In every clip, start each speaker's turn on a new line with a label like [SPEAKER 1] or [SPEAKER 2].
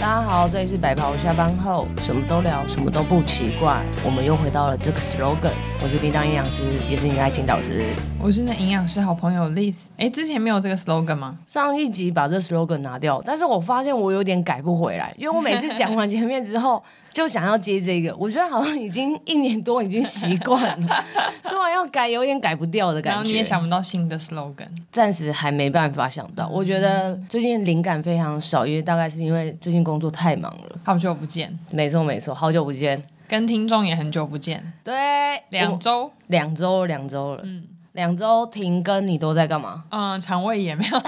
[SPEAKER 1] 大家好，这里是白袍下班后，什么都聊，什么都不奇怪。我们又回到了这个 slogan。我是叮当营养师，也是你的爱情导师。
[SPEAKER 2] 我是你的营养师好朋友 Liz。哎，之前没有这个 slogan 吗？
[SPEAKER 1] 上一集把这 slogan 拿掉，但是我发现我有点改不回来，因为我每次讲完前面之后，就想要接这个， 我觉得好像已经一年多已经习惯 了，突然要改有点改不掉的感
[SPEAKER 2] 然
[SPEAKER 1] 觉。
[SPEAKER 2] 后你也想不到新的 slogan，
[SPEAKER 1] 暂时还没办法想到。我觉得最近灵感非常少，因为大概是因为最近工作太忙了。
[SPEAKER 2] 好久不见，
[SPEAKER 1] 没错没错，好久不见，
[SPEAKER 2] 跟听众也很久不见，
[SPEAKER 1] 对，
[SPEAKER 2] 两
[SPEAKER 1] 我
[SPEAKER 2] 周，
[SPEAKER 1] 两周两周了，两周停更，你都在干嘛？
[SPEAKER 2] 嗯，肠胃炎没 有，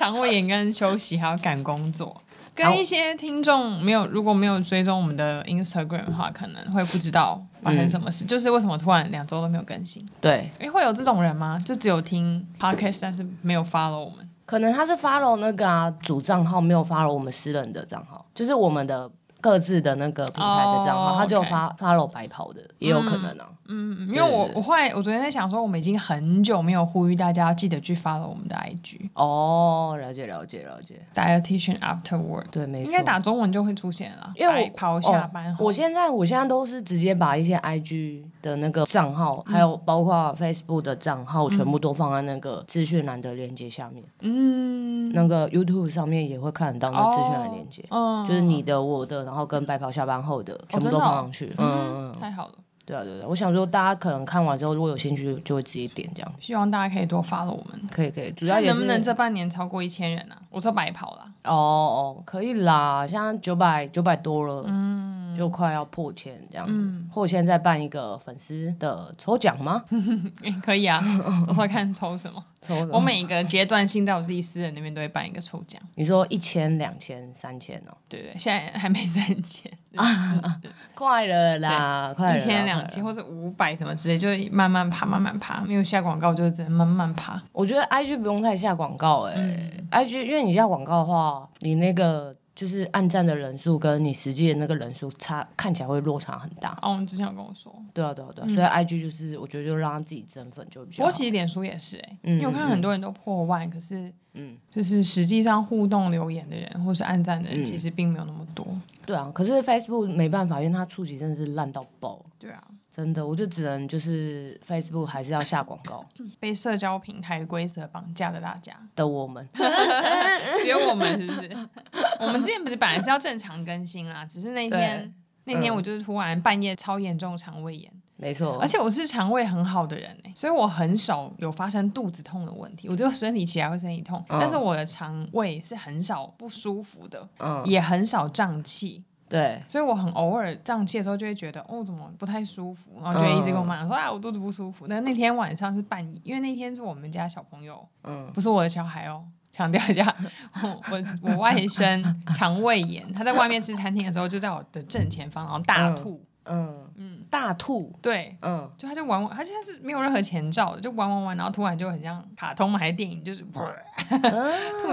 [SPEAKER 2] 肠胃炎跟休息还要赶工作。跟一些听众没有，如果没有追踪我们的 Instagram 的话，可能会不知道发生什么
[SPEAKER 1] 嗯
[SPEAKER 2] 事。就是为什么突然两周都没有更新？
[SPEAKER 1] 对，
[SPEAKER 2] 哎，会有这种人吗？就只有听 podcast，但是没有 follow 我们？
[SPEAKER 1] 可能他是 follow 那个啊主账号，没有 follow 我们私人的账号，就是我们的各自的那个平台的账号
[SPEAKER 2] 哦
[SPEAKER 1] 他就
[SPEAKER 2] OK
[SPEAKER 1] 发 follow 白跑的，也有可能啊。
[SPEAKER 2] 嗯，因为我我后来我昨天在想说，我们已经很久没有呼吁大家记得去 follow 我们的 IG
[SPEAKER 1] 哦，了解了解了解，
[SPEAKER 2] dietitian after work，
[SPEAKER 1] 对，没错，
[SPEAKER 2] 应该打中文就会出现了啦，
[SPEAKER 1] 因为我哦
[SPEAKER 2] 白袍下班后。
[SPEAKER 1] 我现在我现在都是直接把一些 IG 的那个账号，还有包括 Facebook 的账号，全部都放在那个资讯栏的链接下面。
[SPEAKER 2] 嗯
[SPEAKER 1] 那个 YouTube 上面也会看得到那资讯栏链接，
[SPEAKER 2] 嗯，
[SPEAKER 1] 就是你的、我的，然后跟白袍下班后的，全部
[SPEAKER 2] 真
[SPEAKER 1] 都
[SPEAKER 2] 的哦
[SPEAKER 1] 放上去。嗯嗯嗯，
[SPEAKER 2] 太好了，
[SPEAKER 1] 对啊对啊，我想说大家可能看完之后，如果有兴趣就会直接点这样。
[SPEAKER 2] 希望大家可以多 follow 我们。
[SPEAKER 1] 可以可以，主要也
[SPEAKER 2] 能
[SPEAKER 1] 是
[SPEAKER 2] 不能这半年超过一千人啊？我说白袍啦，
[SPEAKER 1] 哦哦，可以啦，现在九百九百多了，嗯，就快要破千这样子。破千再办一个粉丝的抽奖吗？
[SPEAKER 2] 诶可 以啊，我会看抽什么。
[SPEAKER 1] 抽的
[SPEAKER 2] 我每一个阶段性在我自己私人那边都会办一个抽奖，
[SPEAKER 1] 你说一千、两千、三千哦，
[SPEAKER 2] 对对，现在还没三千。
[SPEAKER 1] 快了啦，快了
[SPEAKER 2] 一
[SPEAKER 1] 啦，
[SPEAKER 2] 千、
[SPEAKER 1] 快
[SPEAKER 2] 两
[SPEAKER 1] 了
[SPEAKER 2] 千或者五百什么之类，就是慢慢爬，慢慢爬，没有下广告就是只能慢慢爬。
[SPEAKER 1] 我觉得 IG 不用太下广告哎、IG 因为你下广告的话，你那个就是按赞的人数跟你实际的那个人数差看起来会落差很大。
[SPEAKER 2] 哦，你之前有跟我说，
[SPEAKER 1] 对啊，对啊，对啊，所以 IG 就是我觉得就让他自己增粉就会比
[SPEAKER 2] 不
[SPEAKER 1] 较好
[SPEAKER 2] 过。其实脸书也是哎、欸，
[SPEAKER 1] 嗯
[SPEAKER 2] 因为我看很多人都破万，可是
[SPEAKER 1] 嗯
[SPEAKER 2] 就是实际上互动留言的人或是按赞的人，
[SPEAKER 1] 嗯
[SPEAKER 2] 其实并没有那么多。
[SPEAKER 1] 对啊，可是 Facebook 没办法，因为它触及真的是烂到爆，
[SPEAKER 2] 对啊，
[SPEAKER 1] 真的，我就只能就是 Facebook 还是要下广告
[SPEAKER 2] 被社交平台规则绑架的大 家，
[SPEAKER 1] 的我们。
[SPEAKER 2] 只有我们是不是？ 我们之前不是本来是要正常更新啦，只是那
[SPEAKER 1] 对
[SPEAKER 2] 天那天
[SPEAKER 1] 嗯
[SPEAKER 2] 我就是突然半夜超严重肠胃炎。
[SPEAKER 1] 没错
[SPEAKER 2] 而，且我是肠胃很好的人、欸、所以我很少有发生肚子痛的问题。我只有生理期还会生理痛，
[SPEAKER 1] 嗯
[SPEAKER 2] 但是我的肠胃是很少不舒服的，
[SPEAKER 1] 嗯，
[SPEAKER 2] 也很少胀气。
[SPEAKER 1] 对，
[SPEAKER 2] 所以我很偶尔胀气的时候，就会觉得哦，怎么不太舒服，然后就会一直跟我妈讲说、啊，我肚子不舒服。但那天晚上是半夜，因为那天是我们家小朋友，
[SPEAKER 1] 嗯
[SPEAKER 2] 不是我的小孩哦。 强调一下，我我我外甥肠胃炎，他在外面吃餐厅的时候就在我的正前方，然后大吐，
[SPEAKER 1] 嗯嗯，大吐，
[SPEAKER 2] 对，
[SPEAKER 1] 嗯，
[SPEAKER 2] 就他就玩玩，他现在是没有任何前兆的，就玩玩玩，然后突然就很像卡通嘛，还是电影，就是吐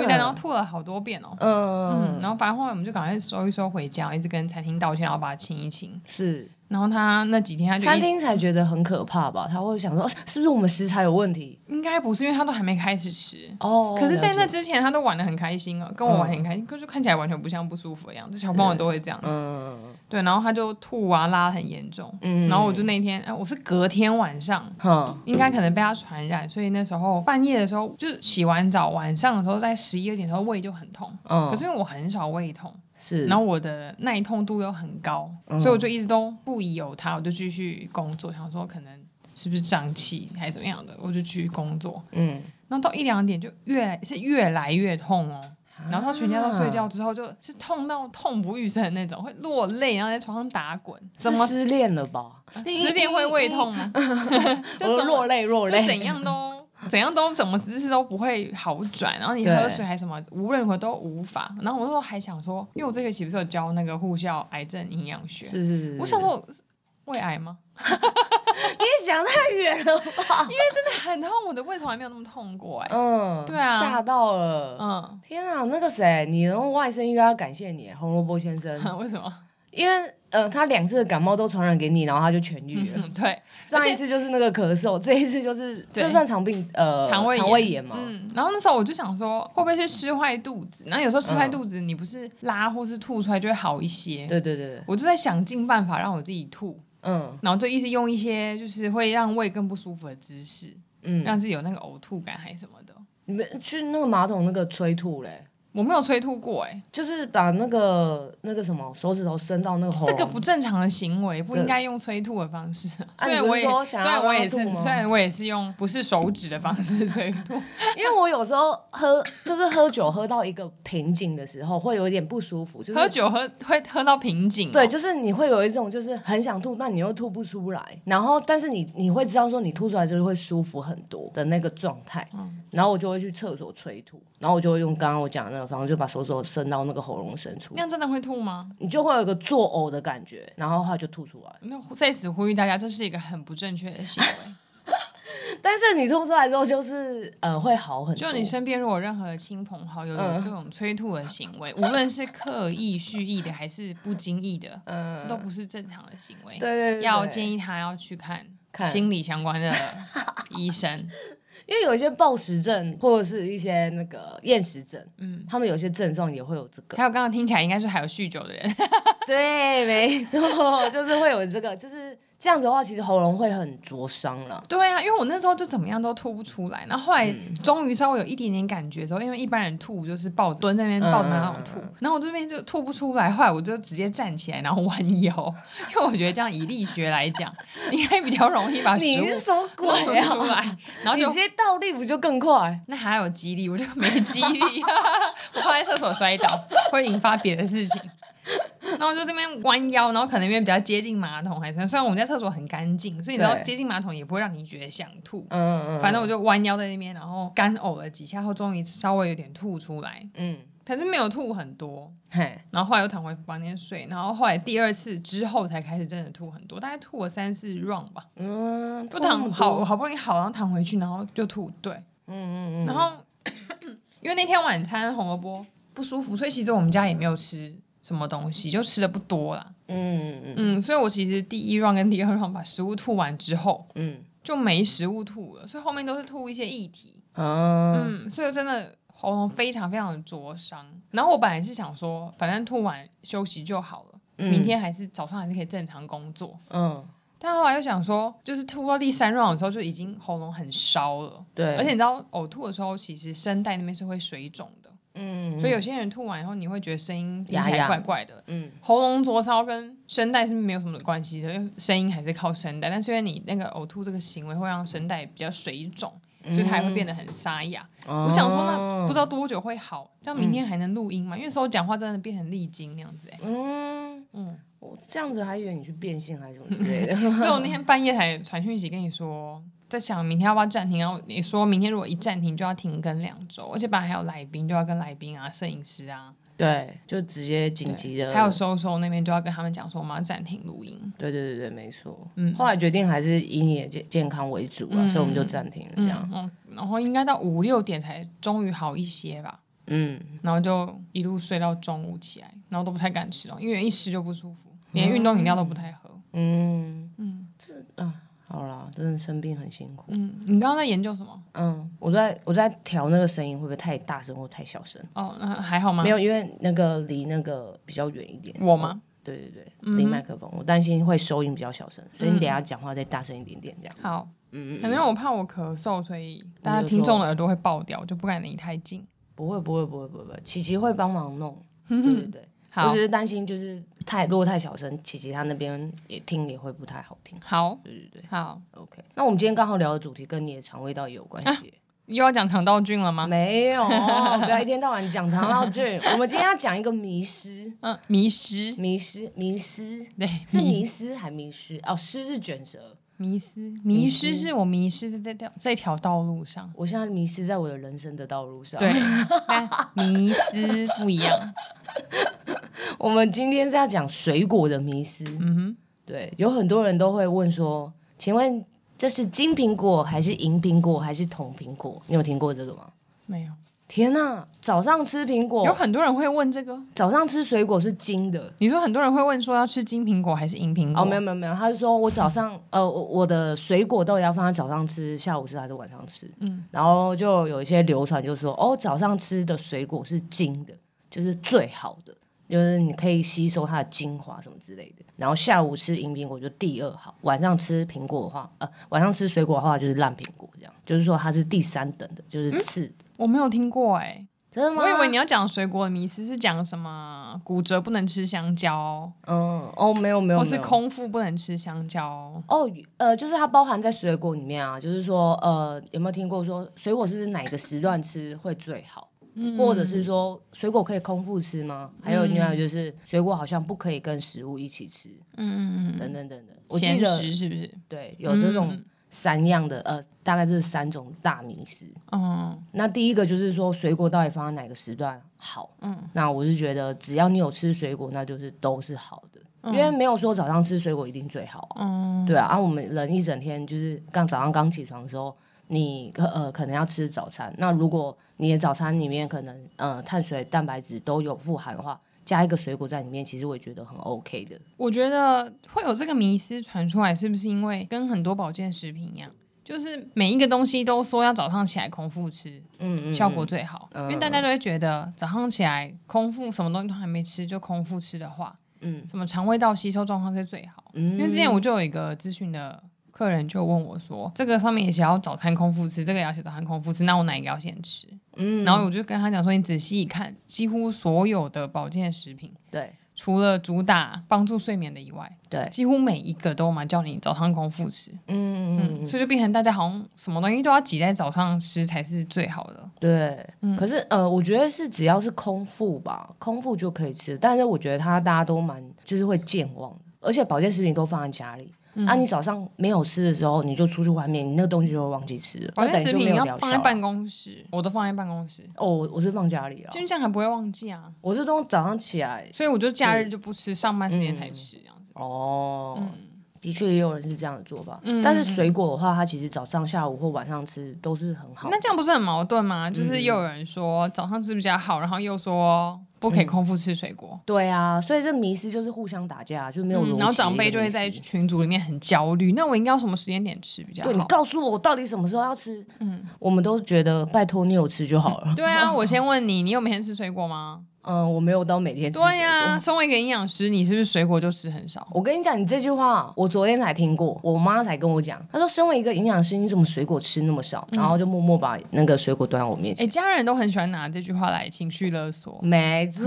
[SPEAKER 2] 一袋，然 后吐了好多遍哦。
[SPEAKER 1] 嗯
[SPEAKER 2] 嗯，，然后反正后来我们就赶快收一收回家，一直跟餐厅道歉，然后把它清一清。
[SPEAKER 1] 是
[SPEAKER 2] 然后他那几天他就
[SPEAKER 1] 餐
[SPEAKER 2] 一
[SPEAKER 1] 厅才觉得很可怕吧？他会想说，哦是不是我们食材有问题？
[SPEAKER 2] 应该不是因为他都还没开始吃，
[SPEAKER 1] 哦，
[SPEAKER 2] 可是，在
[SPEAKER 1] 了
[SPEAKER 2] 那
[SPEAKER 1] 解，嗯
[SPEAKER 2] 之前他都玩的很开心哦，跟我玩得很开心，可是看起来完全不像不舒服的样子，小朋友都会这样子。
[SPEAKER 1] 嗯
[SPEAKER 2] 对，然后他就吐啊拉很严重，
[SPEAKER 1] 嗯
[SPEAKER 2] 然后我就那天，哎、我是隔天晚上
[SPEAKER 1] 哼，
[SPEAKER 2] 应该可能被他传染，所以那时候半夜的时候，就是洗完澡，晚上的时候在十一二点的时候胃就很痛。
[SPEAKER 1] 嗯，
[SPEAKER 2] 可是因为我很少胃痛，
[SPEAKER 1] 是，
[SPEAKER 2] 然后我的耐痛度又很高，所以我就一直都不疑有他，我就继续工作，想说可能是不是胀气还是怎么样的，我就去工作。
[SPEAKER 1] 嗯，
[SPEAKER 2] 然后到一两点就越来是越来越痛哦，然后到全家都睡觉之后，就是痛到痛不欲生的那种，会落泪，然后在床上打滚。
[SPEAKER 1] 是
[SPEAKER 2] 怎么
[SPEAKER 1] 失恋了吧？
[SPEAKER 2] 十点会胃痛吗？就
[SPEAKER 1] 我
[SPEAKER 2] 怎么
[SPEAKER 1] 落泪落
[SPEAKER 2] 就
[SPEAKER 1] 泪，
[SPEAKER 2] 怎样都怎样都怎么姿势都不会好转，然后你
[SPEAKER 1] 对
[SPEAKER 2] 喝水还什么，无论如何都无法。然后我那时候还想说，因为我这学期不是有教那个护校癌症营养学，
[SPEAKER 1] 是是是，
[SPEAKER 2] 我想说我胃癌吗？
[SPEAKER 1] 你也想太远了吧？
[SPEAKER 2] 真的很痛，我的胃从来没有那么痛过哎、
[SPEAKER 1] 嗯，
[SPEAKER 2] 对啊
[SPEAKER 1] 吓到了。
[SPEAKER 2] 嗯，
[SPEAKER 1] 天啊，那个谁，你的外甥应该要感谢你，红萝卜先生，
[SPEAKER 2] 嗯 为什么？
[SPEAKER 1] 因为呃，他两次的感冒都传染给你，然后他就痊愈了。
[SPEAKER 2] 嗯，对，
[SPEAKER 1] 上一次就是那个咳嗽，这一次就是
[SPEAKER 2] 对
[SPEAKER 1] 这算肠病呃
[SPEAKER 2] 肠胃炎
[SPEAKER 1] 炎嘛，
[SPEAKER 2] 嗯，然后那时候我就想说，会不会是吃坏肚子？然后有时候吃坏肚子，你不是拉或是吐出来就会好一些。
[SPEAKER 1] 对对对，
[SPEAKER 2] 我就在想尽办法让我自己吐，
[SPEAKER 1] 嗯
[SPEAKER 2] 然后就一直用一些就是会让胃更不舒服的姿势，
[SPEAKER 1] 嗯，
[SPEAKER 2] 让自己有那个呕吐感还是什么的。
[SPEAKER 1] 你们去那个马桶那个催吐嘞，
[SPEAKER 2] 我没有催吐过、欸，
[SPEAKER 1] 就是把那个那个什么手指头伸到那个喉
[SPEAKER 2] 这个
[SPEAKER 1] 咙，
[SPEAKER 2] 不正常的行为，不
[SPEAKER 1] 哦对
[SPEAKER 2] 应该用催吐的方式。
[SPEAKER 1] 啊
[SPEAKER 2] 虽然
[SPEAKER 1] 你不
[SPEAKER 2] 我
[SPEAKER 1] 是
[SPEAKER 2] 也
[SPEAKER 1] 说
[SPEAKER 2] 虽
[SPEAKER 1] 想要
[SPEAKER 2] 然我
[SPEAKER 1] 让
[SPEAKER 2] 也
[SPEAKER 1] 它
[SPEAKER 2] 是
[SPEAKER 1] 吐吗
[SPEAKER 2] 虽然我也是用不是手指的方式 催吐，
[SPEAKER 1] 因为我有时候喝就是喝酒喝到一个瓶颈的时候，会有一点不舒服，就是
[SPEAKER 2] 喝酒喝会喝到瓶颈、哦
[SPEAKER 1] 对，，就是你会有一种就是很想吐，但你又吐不出来，然后但是你你会知道说你吐出来就是会舒服很多的那个状态，
[SPEAKER 2] 嗯
[SPEAKER 1] 然后我就会去厕所催吐，然后我就会用刚刚我讲的那个方式，就把手指头伸到那个喉咙深处
[SPEAKER 2] 那，样真的会吐吗？
[SPEAKER 1] 你就会有一个作呕的感觉，然后它就吐出来。
[SPEAKER 2] 那在此呼吁大家，这是一个很不正确的行 为。
[SPEAKER 1] 但是你吐出来之后，就是呃会好很多。
[SPEAKER 2] 就你身边如果有任何的亲朋好友
[SPEAKER 1] 嗯
[SPEAKER 2] 有这种催吐的行为，无论是刻意蓄意的还是不经意的，
[SPEAKER 1] 嗯
[SPEAKER 2] 这都不是正常的行为。
[SPEAKER 1] 对对对，
[SPEAKER 2] 要建
[SPEAKER 1] 议，
[SPEAKER 2] 议他要去看
[SPEAKER 1] 看
[SPEAKER 2] 心理相关的医 生。
[SPEAKER 1] 因为有一些暴食症或者是一些那个厌食症，嗯，他们有些症状也会有这个。
[SPEAKER 2] 还有刚刚听起来应该是还有酗酒的人，
[SPEAKER 1] 对，没错，就是会有这个，就是这样子的话，其实喉咙会很灼伤了。
[SPEAKER 2] 对啊，因为我那时候就怎么样都吐不出来，然后后来
[SPEAKER 1] 嗯
[SPEAKER 2] 终于稍微有一点点感觉之后，因为一般人吐就是抱着蹲在那边
[SPEAKER 1] 嗯
[SPEAKER 2] 抱着那种吐，然后我这边就吐不出来，后来我就直接站起来然后弯腰， 因为我觉得这样以力学来讲，应该比较容易把食
[SPEAKER 1] 你
[SPEAKER 2] 物
[SPEAKER 1] 是什么鬼
[SPEAKER 2] 弄
[SPEAKER 1] 啊？
[SPEAKER 2] 出来，然后
[SPEAKER 1] 你
[SPEAKER 2] 就
[SPEAKER 1] 直。接倒立不就更快？
[SPEAKER 2] 那还有肌力，我就没肌力， 我怕在厕所摔倒会引发别的事情。然后我就这边弯腰，然后可能因为比较接近马桶，还是虽然我们在厕所很干净，所以你知道
[SPEAKER 1] 对
[SPEAKER 2] 接近马桶也不会让你觉得想吐。
[SPEAKER 1] 嗯嗯，
[SPEAKER 2] 反正我就弯腰在那边，然后干呕了几下后，终于稍微有点吐出来，
[SPEAKER 1] 嗯，
[SPEAKER 2] 可是没有吐很多。
[SPEAKER 1] 嘿，
[SPEAKER 2] 然后后来又躺回房间睡，然后后来第二次之后才开始真的吐很多，大概吐了三四 round 吧。
[SPEAKER 1] 嗯，
[SPEAKER 2] 就躺好
[SPEAKER 1] 嗯
[SPEAKER 2] 好不容易好，然后躺回去，然后就吐，对，
[SPEAKER 1] 嗯嗯，
[SPEAKER 2] 然后因为那天晚餐红萝卜不舒服，所以其实我们家也没有吃什么东西，就吃的不多啦。
[SPEAKER 1] 嗯嗯
[SPEAKER 2] 嗯，所以我其实第一 round 跟第二 round 把食物吐完之后
[SPEAKER 1] 嗯
[SPEAKER 2] 就没食物吐了，所以后面都是吐一些液体。
[SPEAKER 1] 嗯啊，
[SPEAKER 2] 嗯，所以真的喉咙非常非常的灼伤。然后我本来是想说，反正吐完休息就好了，
[SPEAKER 1] 嗯
[SPEAKER 2] 明天还是早上还是可以正常工作。
[SPEAKER 1] 嗯，
[SPEAKER 2] 但后来又想说，就是吐到第三 round 的时候，就已经喉咙很烧了，
[SPEAKER 1] 对，
[SPEAKER 2] 而且你知道呕吐的时候，其实声带那边是会水肿的，
[SPEAKER 1] 嗯，
[SPEAKER 2] 所以有些人吐完以后，你会觉得声音听
[SPEAKER 1] 哑
[SPEAKER 2] 起来
[SPEAKER 1] 哑
[SPEAKER 2] 怪怪的。
[SPEAKER 1] 嗯
[SPEAKER 2] 喉咙灼烧跟声带是没有什么关系的，因为声音还是靠声带，但是因为你那个呕吐这个行为会让声带比较水肿，
[SPEAKER 1] 嗯
[SPEAKER 2] 所以它也会变得很沙哑。
[SPEAKER 1] 我
[SPEAKER 2] 我想说，
[SPEAKER 1] 哦
[SPEAKER 2] 那不知道多久会好，这样明天还能录音吗？因为有时候讲话真的变成历经那 样子、欸，
[SPEAKER 1] 嗯嗯
[SPEAKER 2] 嗯，
[SPEAKER 1] 我这样子还以为你去变性还是什么之类的，
[SPEAKER 2] 所以我那天半夜才传讯息跟你说，在想明天要不要暂停，然后你说明天如果一暂停就要停更两周，而且本来还有来宾就要跟来宾啊、摄影师啊，
[SPEAKER 1] 对，就直接紧急的，
[SPEAKER 2] 还有收收那边就要跟他们讲说我们要暂停录音，
[SPEAKER 1] 对对对对，没错。
[SPEAKER 2] 嗯
[SPEAKER 1] 后来决定还是以你的健健康为主啊，
[SPEAKER 2] 嗯
[SPEAKER 1] 所以我们就暂停了这样。
[SPEAKER 2] 嗯，嗯然后应该到五六点才终于好一些吧。
[SPEAKER 1] 嗯，
[SPEAKER 2] 然后就一路睡到中午起来，然后都不太敢吃了，因为一吃就不舒服，连
[SPEAKER 1] 嗯
[SPEAKER 2] 运动饮料都不太喝。
[SPEAKER 1] 啊好啦，真的生病很辛苦。
[SPEAKER 2] 嗯，你刚刚在研究什么？
[SPEAKER 1] 嗯，我在我在调那个声音会不会太大声或太小声？
[SPEAKER 2] 哦，那还好吗？
[SPEAKER 1] 没有，因为那个离那个比较远一点。
[SPEAKER 2] 我吗？嗯
[SPEAKER 1] 对对对，离麦克风，我担心会收音比较小声，所以你等一下讲话再大声一点点这样。
[SPEAKER 2] 好，嗯嗯，因为我怕我咳嗽，所以大
[SPEAKER 1] 我
[SPEAKER 2] 家
[SPEAKER 1] 就
[SPEAKER 2] 听
[SPEAKER 1] 说
[SPEAKER 2] 众的耳朵会爆掉，我就不敢离太近。
[SPEAKER 1] 不会不会不会不会不会，琪琪会帮忙弄。对对对，我
[SPEAKER 2] 嗯好
[SPEAKER 1] 只是担心就是太如果太小声，琪琪她那边也听也会不太好听。
[SPEAKER 2] 好
[SPEAKER 1] 对对对
[SPEAKER 2] 好，
[SPEAKER 1] ，OK。那我们今天刚好聊的主题跟你的肠胃道也有关系。
[SPEAKER 2] 又要讲肠道菌了吗？
[SPEAKER 1] 没 有，不要一天到晚讲肠道 菌。我们今天要讲一个迷失，
[SPEAKER 2] 嗯，迷失，
[SPEAKER 1] 迷失，迷失
[SPEAKER 2] 对，
[SPEAKER 1] 是迷失还迷失？哦，失是卷舌。
[SPEAKER 2] 迷失，迷失是我迷失在这条这条道路上。
[SPEAKER 1] 我现在迷失在我的人生的道路上。
[SPEAKER 2] 对，，那
[SPEAKER 1] 啊
[SPEAKER 2] 迷失不一样。
[SPEAKER 1] 我们今天是要讲水果的迷失。嗯哼，对，有很多人都会问说，请问这是金苹果还是银苹果还是铜苹果？你有听过这个吗？
[SPEAKER 2] 没有，
[SPEAKER 1] 天哪、早上吃苹果
[SPEAKER 2] 有，很多人会问这个，
[SPEAKER 1] 早上吃水果是精的。
[SPEAKER 2] 你说很多人会问说要吃金苹果还是银苹果？
[SPEAKER 1] 哦，没有没有没有，他是说我早上呃，我我的水果到底要放在早上吃、下午吃还是晚上吃？嗯，然后就有一些流传就说哦，早上吃的水果是精的，就是最好的，就是你可以吸收它的精华什么之类的。然后下午吃银苹果就第二好，晚上吃苹果的话，呃，晚上吃水果的话就是烂苹果，这样就是说它是第三等的，就是次的。
[SPEAKER 2] 我没有听过哎、
[SPEAKER 1] 真的吗？
[SPEAKER 2] 嗯我以为你要讲水果的迷思是讲什么骨折不能吃香蕉，
[SPEAKER 1] 嗯哦，没有没有，
[SPEAKER 2] 或
[SPEAKER 1] 没
[SPEAKER 2] 是
[SPEAKER 1] 有
[SPEAKER 2] 空腹不能吃香蕉。
[SPEAKER 1] 哦，呃，就是它包含在水果里面啊，就是说，呃，有没有听过说水果是不是哪个时段吃会最好？或者是说水果可以空腹吃吗？还有另外就是水果好像不可以跟食物一起吃，嗯嗯嗯，等等等等。我记
[SPEAKER 2] 咸
[SPEAKER 1] 得
[SPEAKER 2] 食是不是？
[SPEAKER 1] 对有这种三样的，呃，大概这三种大迷思。
[SPEAKER 2] 嗯，
[SPEAKER 1] 那第一个就是说水果到底放在哪个时段好？嗯，那我是觉得只要你有吃水果，那就是都是好的，因为没有说早上吃水果一定最好、啊。嗯，对啊，啊，我们人一整天就是刚早上刚起床的时候，你可呃可能要吃早餐。那如果你的早餐里面可能呃碳水、蛋白质都有富含的话，加一个水果在里面，其实我也觉得很 OK 的。
[SPEAKER 2] 我觉得会有这个迷思传出来，是不是因为跟很多保健食品一样，就是每一个东西都说要早上起来空腹吃，
[SPEAKER 1] 嗯嗯，
[SPEAKER 2] 效果最好，因为大家都会觉得早上起来空腹什么东西都还没吃就空腹吃的话，
[SPEAKER 1] 嗯
[SPEAKER 2] 什么肠胃道吸收状况是最好。
[SPEAKER 1] 嗯
[SPEAKER 2] 因为之前我就有一个咨询的客人就问我说，这个上面也写要早餐空腹吃，这个也要写早餐空腹吃，那我哪一个要先吃？
[SPEAKER 1] 嗯，
[SPEAKER 2] 然后我就跟他讲说，你仔细一看，几乎所有的保健食品，
[SPEAKER 1] 对
[SPEAKER 2] 除了主打帮助睡眠的以外，
[SPEAKER 1] 对，
[SPEAKER 2] 几乎每一个都嘛叫你早上空腹吃，
[SPEAKER 1] 嗯嗯嗯
[SPEAKER 2] 嗯，所以就变成大家好像什么东西都要挤在早上吃才是最好的。
[SPEAKER 1] 对，
[SPEAKER 2] 嗯
[SPEAKER 1] 可是呃，我觉得是只要是空腹吧，空腹就可以吃。但是我觉得它大家都蛮就是会健忘的，而且保健食品都放在家里。
[SPEAKER 2] 嗯
[SPEAKER 1] 啊，你早上没有吃的时候，你就出去外面，你那个东西就会忘记吃了，
[SPEAKER 2] 保
[SPEAKER 1] 那等于
[SPEAKER 2] 健食
[SPEAKER 1] 就没
[SPEAKER 2] 品
[SPEAKER 1] 有
[SPEAKER 2] 要
[SPEAKER 1] 疗效
[SPEAKER 2] 放在
[SPEAKER 1] 了。
[SPEAKER 2] 办公室，我都放在办公室，
[SPEAKER 1] 哦，我我是放家里了
[SPEAKER 2] 就，这样还不会忘记啊。
[SPEAKER 1] 我是都早上起来。
[SPEAKER 2] 所以我就假日就不吃，上班时间才吃这样子。
[SPEAKER 1] 哦，
[SPEAKER 2] 嗯
[SPEAKER 1] 的确也有人是这样的做法。但是水果的话，它其实早上、下午或晚上吃都是很好的。嗯
[SPEAKER 2] 那这样不是很矛盾吗？就是又有人说早上吃比较好，然后又说不可以空腹吃水果，
[SPEAKER 1] 对啊，所以这迷失就是互相打架，就没有逻辑的一个迷思、
[SPEAKER 2] 嗯然后长辈就会在群组里面很焦虑。那我应该要什么时间点吃比较
[SPEAKER 1] 对你
[SPEAKER 2] 好？
[SPEAKER 1] 告诉我到底什么时候要吃，嗯，我们都觉得拜托你有吃就好了。
[SPEAKER 2] 对啊，我先问你，你有每天吃水果吗？
[SPEAKER 1] 嗯，我没有到每天吃水果。
[SPEAKER 2] 对呀、 身为一个营养师，你是不是水果就吃 很少？
[SPEAKER 1] 我跟你讲，你这句话我昨天才听过，我妈才跟我讲，她说身为一个营养师，你怎么水果吃那么少？
[SPEAKER 2] 嗯
[SPEAKER 1] 然后就默默把那个水果端到我面
[SPEAKER 2] 哎、
[SPEAKER 1] 前。
[SPEAKER 2] 家人都很喜欢拿这句话来情绪勒索。
[SPEAKER 1] 没错，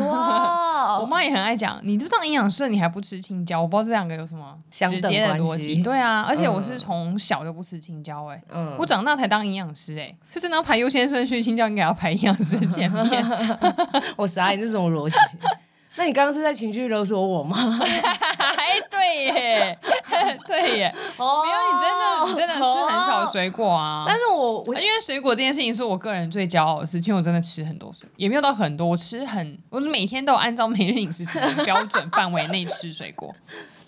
[SPEAKER 2] 我妈也很爱讲，你都当营养师了，你还不吃青椒？我不知道这两个有什么
[SPEAKER 1] 相
[SPEAKER 2] 直
[SPEAKER 1] 等
[SPEAKER 2] 接的
[SPEAKER 1] 关
[SPEAKER 2] 逻辑。
[SPEAKER 1] 系
[SPEAKER 2] 对啊，而且我是从小就不吃青椒、哎、
[SPEAKER 1] 嗯，
[SPEAKER 2] 我长大才当营养师、哎，所以正常排优先顺序，青椒应该要排营养师前面。
[SPEAKER 1] 我傻眼，这是什么逻 辑？那你刚刚是在情绪勒索我吗？
[SPEAKER 2] 哎，对耶， 对耶，
[SPEAKER 1] 哦
[SPEAKER 2] 没有你真的，你真的吃很少水果啊。
[SPEAKER 1] 但是我我
[SPEAKER 2] 因为水果这件事情是我个人最骄傲的事情，我真的吃很多水，也没有到很多，我吃很，我每天都有按照每日饮食指南标准范围内吃水果。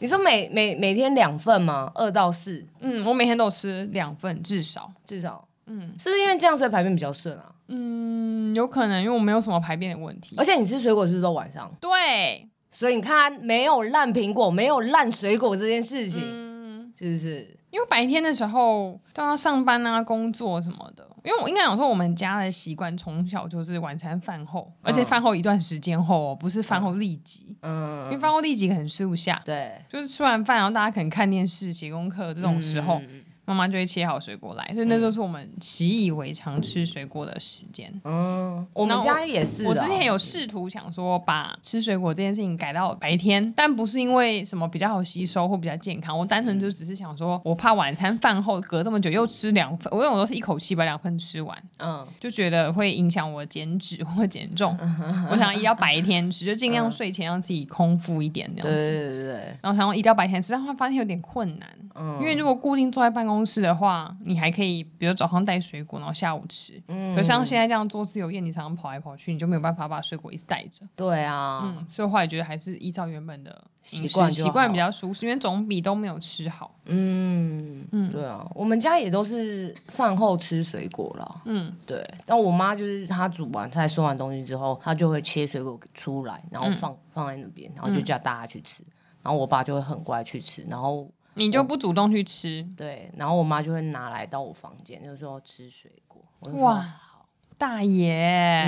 [SPEAKER 1] 你说每每每天两份吗？二到四
[SPEAKER 2] 嗯，我每天都有吃两份至少。
[SPEAKER 1] 至少，嗯，是不是因为这样所以排便比较顺啊？
[SPEAKER 2] 嗯，有可能因为我没有什么排便的问题
[SPEAKER 1] 而。且你吃水果是不是都晚上？
[SPEAKER 2] 对，
[SPEAKER 1] 所以你看，没有烂苹果，没有烂水果这件事情，
[SPEAKER 2] 嗯
[SPEAKER 1] 是不是？
[SPEAKER 2] 因为白天的时候都要上班啊、工作什么的。因为我应该讲说，我们家的习惯从小就是晚餐饭后，而且饭后一段时间后哦，不是饭后立即，因为
[SPEAKER 1] 嗯，
[SPEAKER 2] 饭后立即可能吃不下。
[SPEAKER 1] 对，
[SPEAKER 2] 就是吃完饭，然后大家可能看电视、写功课这种时候，
[SPEAKER 1] 嗯
[SPEAKER 2] 妈妈就会切好水果来，所以那就是我们习以为常吃水果的时间。
[SPEAKER 1] 嗯，我们家也是的。
[SPEAKER 2] 我之前有试图想说把吃水果这件事情改到白天，但不是因为什么比较好吸收或比较健康，我单纯就只是想说，我怕晚餐饭后隔这么久又吃两份，我有时候是一口气把两份吃完，
[SPEAKER 1] 嗯，
[SPEAKER 2] 就觉得会影响我减脂或减重。我想一到白天吃，就尽
[SPEAKER 1] 嗯
[SPEAKER 2] 量睡前让自己空腹一点这
[SPEAKER 1] 对
[SPEAKER 2] 样
[SPEAKER 1] 对
[SPEAKER 2] 子。
[SPEAKER 1] 对对对，嗯
[SPEAKER 2] 然后想要一到白天吃，但会发现有点困难，因为如果固定坐在办公公室的话，你还可以，比如早上带水果，然后下午吃。嗯，可像现在这样做自由业，你常常跑来跑去，你就没有办法把水果一直带着。
[SPEAKER 1] 对啊，
[SPEAKER 2] 嗯，所以我后来觉得还是依照原本的
[SPEAKER 1] 习
[SPEAKER 2] 饮
[SPEAKER 1] 惯
[SPEAKER 2] 食
[SPEAKER 1] 就
[SPEAKER 2] 习惯
[SPEAKER 1] 好哦
[SPEAKER 2] 比较舒适，因为总比都没有吃好。
[SPEAKER 1] 嗯对啊，我们家也都是饭后吃水果了。
[SPEAKER 2] 嗯，
[SPEAKER 1] 对，但我妈就是她煮完菜、收完东西之后，她就会切水果出来，然
[SPEAKER 2] 嗯
[SPEAKER 1] 后放、放在那边，然后就叫大家去吃。然后我爸就会很乖去吃，然后
[SPEAKER 2] 你就不主动去吃，
[SPEAKER 1] 对，然后我妈就会拿来到我房间，就说吃水果。我就说
[SPEAKER 2] 哇
[SPEAKER 1] 好
[SPEAKER 2] 大爷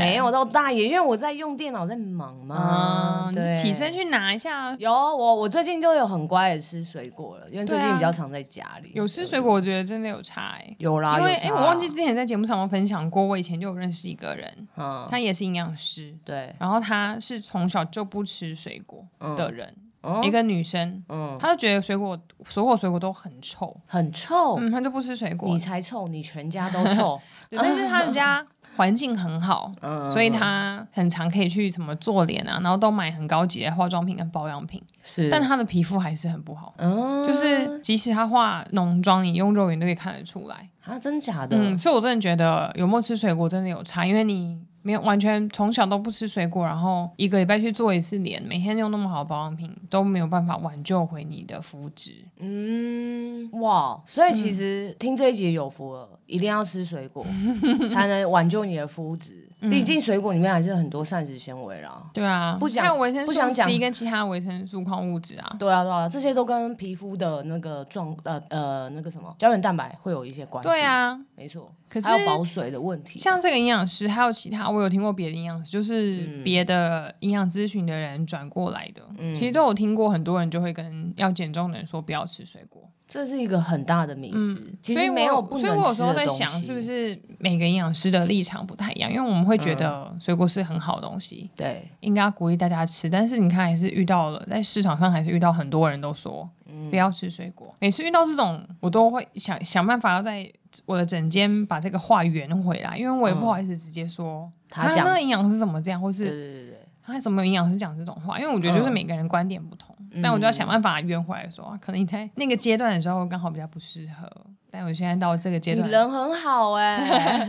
[SPEAKER 1] 没有到大爷，因为我在用电脑在忙嘛。
[SPEAKER 2] 啊，你
[SPEAKER 1] 对，
[SPEAKER 2] 就起身去拿一下。
[SPEAKER 1] 有我，我最近就有很乖的吃水果了，因为最
[SPEAKER 2] 对
[SPEAKER 1] 近
[SPEAKER 2] 啊
[SPEAKER 1] 比较常在家里。
[SPEAKER 2] 有吃水果，我觉得真的有差哎、
[SPEAKER 1] 有啦，
[SPEAKER 2] 因为
[SPEAKER 1] 有
[SPEAKER 2] 哎、
[SPEAKER 1] 差
[SPEAKER 2] 我忘记之前在节目上有分享过，我以前就有认识一个人，
[SPEAKER 1] 嗯，
[SPEAKER 2] 他也是营养师，
[SPEAKER 1] 对，
[SPEAKER 2] 然后她是从小就不吃水果的人，
[SPEAKER 1] 嗯
[SPEAKER 2] 一个女生，
[SPEAKER 1] 嗯，
[SPEAKER 2] 她就觉得水果所有水果都很臭，
[SPEAKER 1] 很臭，
[SPEAKER 2] 嗯，她就不吃水果
[SPEAKER 1] 哦你。才臭，你全家都 臭，
[SPEAKER 2] 对但是她们家环境很好，
[SPEAKER 1] 嗯，
[SPEAKER 2] 所以她很常可以去什么做脸啊，然后都买很高级的化妆品跟保养品，
[SPEAKER 1] 是，
[SPEAKER 2] 但她的皮肤还是很不好。
[SPEAKER 1] 嗯，
[SPEAKER 2] 就是，即使她化浓妆，你用肉眼都可以看得出来。
[SPEAKER 1] 啊，真假的，
[SPEAKER 2] 嗯，所以我真的觉得有没有吃水果真的有差，因为你没有完全从小都不吃水果，然后一个礼拜去做一次脸，每天用那么好的保养品都没有办法挽救回你的肤质。
[SPEAKER 1] 嗯，哇，所以其
[SPEAKER 2] 嗯
[SPEAKER 1] 实听这一集有福了，一定要吃水果 才能挽救你的肤质，
[SPEAKER 2] 嗯
[SPEAKER 1] 毕竟水果里面还是很多膳食纤维啦。
[SPEAKER 2] 对啊，
[SPEAKER 1] 不讲
[SPEAKER 2] 还有维生
[SPEAKER 1] 不
[SPEAKER 2] 素
[SPEAKER 1] 想讲
[SPEAKER 2] C 跟其他维生素矿物质啊。
[SPEAKER 1] 对啊，对啊，这些都跟皮肤的那个状呃呃那个什么胶原蛋白会有一些关系。
[SPEAKER 2] 对，啊，
[SPEAKER 1] 没错。
[SPEAKER 2] 可是
[SPEAKER 1] 还有保水的问题，
[SPEAKER 2] 像这个营养师，还有其他，我有听过别的营养师，
[SPEAKER 1] 嗯
[SPEAKER 2] 就是别的营养咨询的人转过来的，其实都有听过，很多人就会跟要减重的人说不要吃水果。
[SPEAKER 1] 这是一个很大的迷思。其
[SPEAKER 2] 嗯所以
[SPEAKER 1] 实
[SPEAKER 2] 我
[SPEAKER 1] 没有不能
[SPEAKER 2] 所以我有时候
[SPEAKER 1] 吃的
[SPEAKER 2] 在
[SPEAKER 1] 东
[SPEAKER 2] 想，
[SPEAKER 1] 西嗯
[SPEAKER 2] 是不是每个营养师的立场不太一样？因为我们会觉得水果是很好的东西，
[SPEAKER 1] 对，
[SPEAKER 2] 应该要鼓励大家吃。但是你看，还是遇到了在市场上，还是遇到很多人都说、
[SPEAKER 1] 嗯
[SPEAKER 2] 不要吃水果。每次遇到这种，我都会想想办法要在我的整间把这个话圆回来，因为我也不好意思直接说、
[SPEAKER 1] 嗯他
[SPEAKER 2] 啊
[SPEAKER 1] 讲
[SPEAKER 2] 那个营养师怎么这样，或
[SPEAKER 1] 对
[SPEAKER 2] 是
[SPEAKER 1] 对对对，
[SPEAKER 2] 他、啊、怎么营养师讲这种话？因为我觉得就是
[SPEAKER 1] 嗯
[SPEAKER 2] 每个人观点不同，但我就要想办法圆回来说，啊可能你在那个阶段的时候刚好比较不适合，但我现在到这个阶
[SPEAKER 1] 你
[SPEAKER 2] 段，
[SPEAKER 1] 人很好哎、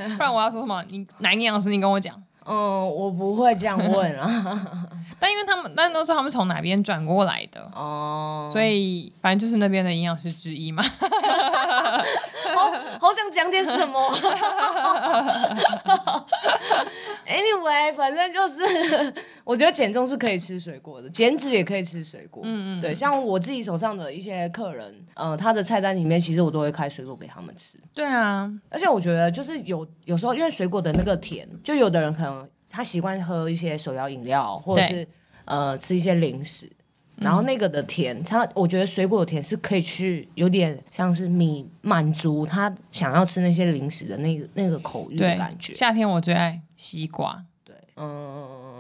[SPEAKER 2] 不然我要说什么？你哪一个营养师？你跟我讲。
[SPEAKER 1] 嗯，我不会这样问啊。
[SPEAKER 2] 但因为他们，但都知道他们从哪边转过来的，
[SPEAKER 1] 哦，
[SPEAKER 2] 所以反正就是那边的营养师之一嘛。
[SPEAKER 1] 好想讲点什么。anyway，反正就是，我觉得减重是可以吃水果的，减脂也可以吃水果。嗯嗯，对，像我自己手上的一些客人，呃，他的菜单里面其实我都会开水果给他们吃，
[SPEAKER 2] 对啊，
[SPEAKER 1] 而且我觉得就是有有时候因为水果的那个甜，就有的人可能他习惯喝一些手摇饮料，或者是呃吃一些零食。
[SPEAKER 2] 嗯
[SPEAKER 1] 然后那个的甜，它我觉得水果的甜是可以去有点像是你满足他想要吃那些零食的那个那个口欲的
[SPEAKER 2] 对
[SPEAKER 1] 感，觉。
[SPEAKER 2] 夏天我最爱西瓜，
[SPEAKER 1] 对，嗯，